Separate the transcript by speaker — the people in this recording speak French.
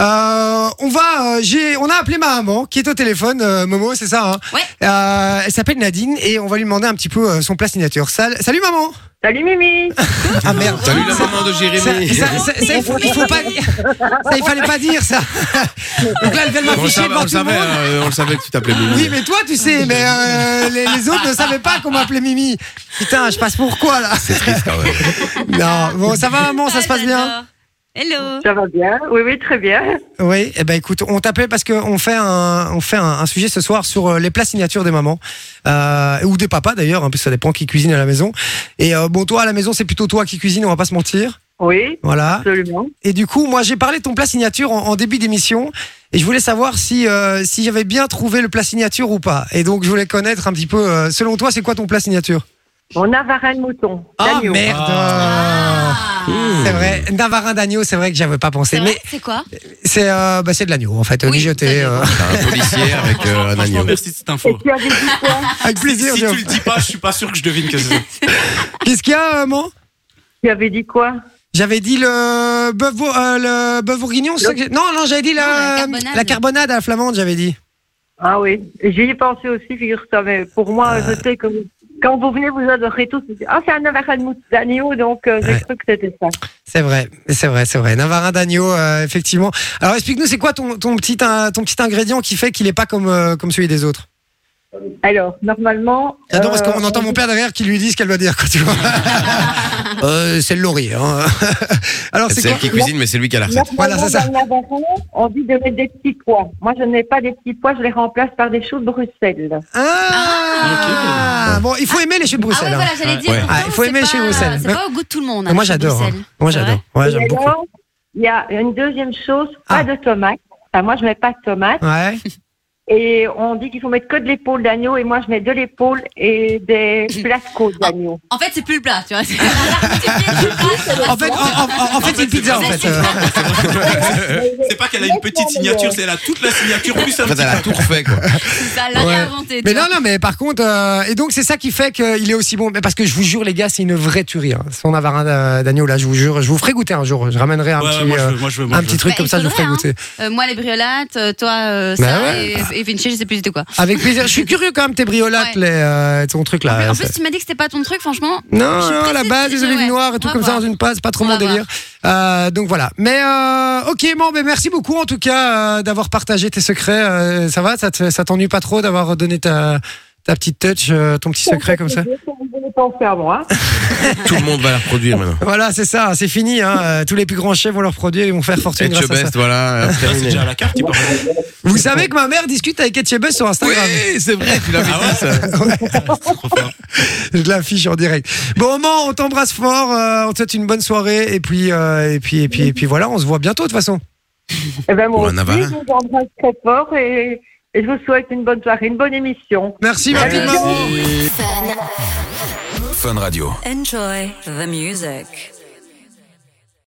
Speaker 1: Euh, on va, euh, j'ai, on a appelé ma maman qui est au téléphone, euh, Momo, c'est ça. Hein
Speaker 2: Ouais.
Speaker 1: Euh, elle s'appelle Nadine et on va lui demander un petit peu euh, son plat signature. Sal- Salut maman.
Speaker 3: Salut Mimi
Speaker 1: Ah merde.
Speaker 4: Salut la maman de
Speaker 1: Ça,
Speaker 4: Jérémy.
Speaker 1: ça- ça- ça, il, faut, il faut pas, dire- ça, il fallait pas dire ça. Donc là, elle vient de
Speaker 4: On le
Speaker 1: m'afficher
Speaker 4: savait,
Speaker 1: devant tout
Speaker 4: on le
Speaker 1: le
Speaker 4: savait,
Speaker 1: monde.
Speaker 4: euh, on le savait que tu t'appelais Mimi.
Speaker 1: Oui, mais toi, tu sais, mais euh, les, les autres ne savaient pas qu'on m'appelait Mimi. Putain, je passe pour quoi là
Speaker 4: C'est triste quand même.
Speaker 1: Non, bon, ça va, maman, ça se passe bien
Speaker 2: Hello.
Speaker 3: Ça va bien Oui, oui, très bien.
Speaker 1: Oui, eh ben écoute, on t'appelait parce qu'on fait un, on fait un, un sujet ce soir sur euh, les plats signatures des mamans euh, ou des papas d'ailleurs, hein, parce que ça dépend qui cuisine à la maison. Et euh, bon, toi à la maison, c'est plutôt toi qui cuisine, on va pas se mentir,
Speaker 3: Oui,
Speaker 1: voilà.
Speaker 3: absolument.
Speaker 1: Et du coup, moi j'ai parlé de ton plat signature en, en début d'émission et je voulais savoir si euh, si j'avais bien trouvé le plat signature ou pas. Et donc je voulais connaître un petit peu. euh, selon toi, c'est quoi ton plat signature
Speaker 3: On a varin de mouton.
Speaker 1: Ah
Speaker 3: d'agneau.
Speaker 1: merde. euh, C'est vrai, Navarin d'agneau, c'est vrai que j'avais pas pensé,
Speaker 2: Ah. C'est
Speaker 1: mais Ah
Speaker 2: vrai C'est quoi Ah
Speaker 1: c'est euh, bah, c'est de l'agneau en fait,
Speaker 2: Oui,
Speaker 1: mijoté.
Speaker 2: d'agneau.
Speaker 1: euh,
Speaker 4: T'as un policier avec euh, un
Speaker 5: Franchement,
Speaker 4: agneau.
Speaker 5: merci de cette
Speaker 3: Et
Speaker 5: info.
Speaker 3: tu avais dit quoi
Speaker 1: avec plaisir.
Speaker 5: Si
Speaker 1: je-
Speaker 5: tu le dis pas, je suis pas sûr que je devine que c'est ça.
Speaker 1: Qu'est-ce qu'il y a, euh, maman
Speaker 3: Tu avais dit quoi
Speaker 1: J'avais dit le bœuf, bour- euh, le bœuf bourguignon. c'est ça que j'ai- Non, non, j'avais dit la,
Speaker 2: Non, la carbonade.
Speaker 1: la carbonade à la flamande, j'avais dit.
Speaker 3: Ah oui, j'y ai pensé aussi, figure-toi, mais pour moi,
Speaker 1: Ah.
Speaker 3: je sais que vous- quand vous venez, vous adorez tous. Vous dites, Ah, c'est un varin de mouton d'agneau, donc euh, j'ai
Speaker 1: Ouais.
Speaker 3: cru que c'était ça.
Speaker 1: C'est vrai, c'est vrai, c'est vrai. Navarin d'agneau, euh, effectivement. Alors explique-nous, c'est quoi ton, ton, petit, in- ton petit ingrédient qui fait qu'il n'est pas comme, euh, comme celui des autres
Speaker 3: Alors, normalement...
Speaker 1: J'adore parce
Speaker 3: euh,
Speaker 1: qu'on entend mon père derrière qui lui dit ce qu'elle doit dire. Quoi, tu vois Euh, c'est le laurier. hein. Alors
Speaker 4: C'est
Speaker 1: c'est quoi
Speaker 4: celle qui cuisine, mais c'est lui qui a la recette.
Speaker 3: normalement,
Speaker 1: Voilà, c'est ça.
Speaker 3: dans le Navarin, on dit de mettre des petits pois. Moi, je n'ai pas des petits pois, je les remplace par des choux de Bruxelles.
Speaker 1: ah, Bon, il faut aimer les choux de
Speaker 2: Ah ouais,
Speaker 1: Bruxelles. hein.
Speaker 2: voilà, j'allais dire.
Speaker 4: Ouais.
Speaker 2: pourtant,
Speaker 1: Ah, il faut
Speaker 2: c'est
Speaker 1: aimer
Speaker 2: pas-
Speaker 1: chez Bruxelles.
Speaker 2: C'est
Speaker 1: Mais-
Speaker 2: pas au goût de tout le monde. hein,
Speaker 1: Moi
Speaker 2: chez
Speaker 1: j'adore. hein.
Speaker 2: Bruxelles.
Speaker 1: Moi
Speaker 2: C'est vrai
Speaker 1: j'adore. Ouais,
Speaker 3: Et
Speaker 1: j'aime beaucoup.
Speaker 3: alors, il y a une deuxième chose,
Speaker 1: Ah.
Speaker 3: pas de tomates. Enfin, moi, je mets pas de tomates.
Speaker 1: Ouais.
Speaker 3: Et on dit qu'il faut mettre que de l'épaule d'agneau. Et moi, je mets de l'épaule et des placos
Speaker 1: Ah,
Speaker 3: d'agneau.
Speaker 2: En fait, c'est plus le plat, tu vois. C'est la petite phrase.
Speaker 1: En fait, en, en- en- en fait, c'est une pizza en fait. euh.
Speaker 5: C'est pas qu'elle a une petite signature, c'est elle a toute la signature plus un
Speaker 4: En fait,
Speaker 5: petit
Speaker 4: elle a tout refait, quoi.
Speaker 2: Ça l'a
Speaker 1: Ouais.
Speaker 2: inventé.
Speaker 1: Mais non, non, mais par contre, euh, et donc c'est ça qui fait qu'il est aussi bon. Mais parce que je vous jure, les gars, c'est une vraie tuerie. Hein. Son avarin d'a- d'agneau, là, je vous jure, je vous ferai goûter un jour. Je ramènerai un
Speaker 5: Ouais,
Speaker 1: petit,
Speaker 5: ouais, moi, je
Speaker 1: euh,
Speaker 5: veux, moi, je veux, moi,
Speaker 1: un
Speaker 5: je
Speaker 1: petit
Speaker 5: veux.
Speaker 1: truc
Speaker 2: Bah,
Speaker 1: comme
Speaker 2: il
Speaker 1: ça, je vous ferai
Speaker 2: faudrait,
Speaker 1: goûter.
Speaker 2: Euh, moi, les briolates, euh, toi, euh,
Speaker 1: Bah
Speaker 2: ça,
Speaker 1: ouais. Ah
Speaker 2: et, et Vinci, je sais plus c'était quoi.
Speaker 1: Avec plaisir. Je suis curieux quand même, tes briolates,
Speaker 2: Ouais.
Speaker 1: les, euh, ton truc là.
Speaker 2: en
Speaker 1: c'est-
Speaker 2: plus, tu m'as dit que c'était pas ton truc, franchement.
Speaker 1: Non,
Speaker 2: Je suis
Speaker 1: non, la
Speaker 2: pressée
Speaker 1: base,
Speaker 2: de-
Speaker 1: des olives
Speaker 2: ouais.
Speaker 1: noires et tout
Speaker 2: On
Speaker 1: comme
Speaker 2: va
Speaker 1: ça dans
Speaker 2: voir.
Speaker 1: une passe, pas trop
Speaker 2: On
Speaker 1: mon
Speaker 2: va
Speaker 1: délire. Euh, donc voilà. Mais euh, ok, bon, mais merci beaucoup en tout cas euh, d'avoir partagé tes secrets. Euh, ça va, ça te- ça t'ennuie pas trop d'avoir donné ta, ta petite touch, euh, ton petit secret comme ça
Speaker 3: Vous ne pensez à moi.
Speaker 4: Tout le monde va la reproduire maintenant.
Speaker 1: Voilà, c'est ça, c'est fini. Hein. Euh, Tous les plus grands chefs vont leur produire et vont faire fortune
Speaker 4: Et
Speaker 1: grâce à ça.
Speaker 4: Chebest, voilà. euh,
Speaker 5: Là, Ah, c'est
Speaker 4: terminé.
Speaker 5: déjà à la carte, il parle.
Speaker 1: Vous savez que ma mère discute avec Etchebest sur Instagram.
Speaker 4: Oui, c'est vrai, tu l'as
Speaker 5: Ah ouais
Speaker 4: fait ça.
Speaker 5: C'est trop fort.
Speaker 1: Je l'affiche en direct. Bon, moment, on t'embrasse fort. euh, on te souhaite une bonne soirée. Et puis, euh, et puis, et puis, et puis voilà, on se voit bientôt de toute façon.
Speaker 3: Et ben, moi
Speaker 4: Pour un
Speaker 3: aussi,
Speaker 4: avarin.
Speaker 3: je vous embrasse très fort et, et je vous souhaite une bonne soirée, une bonne émission.
Speaker 1: Merci, ma petite maman.
Speaker 6: Enjoy the music.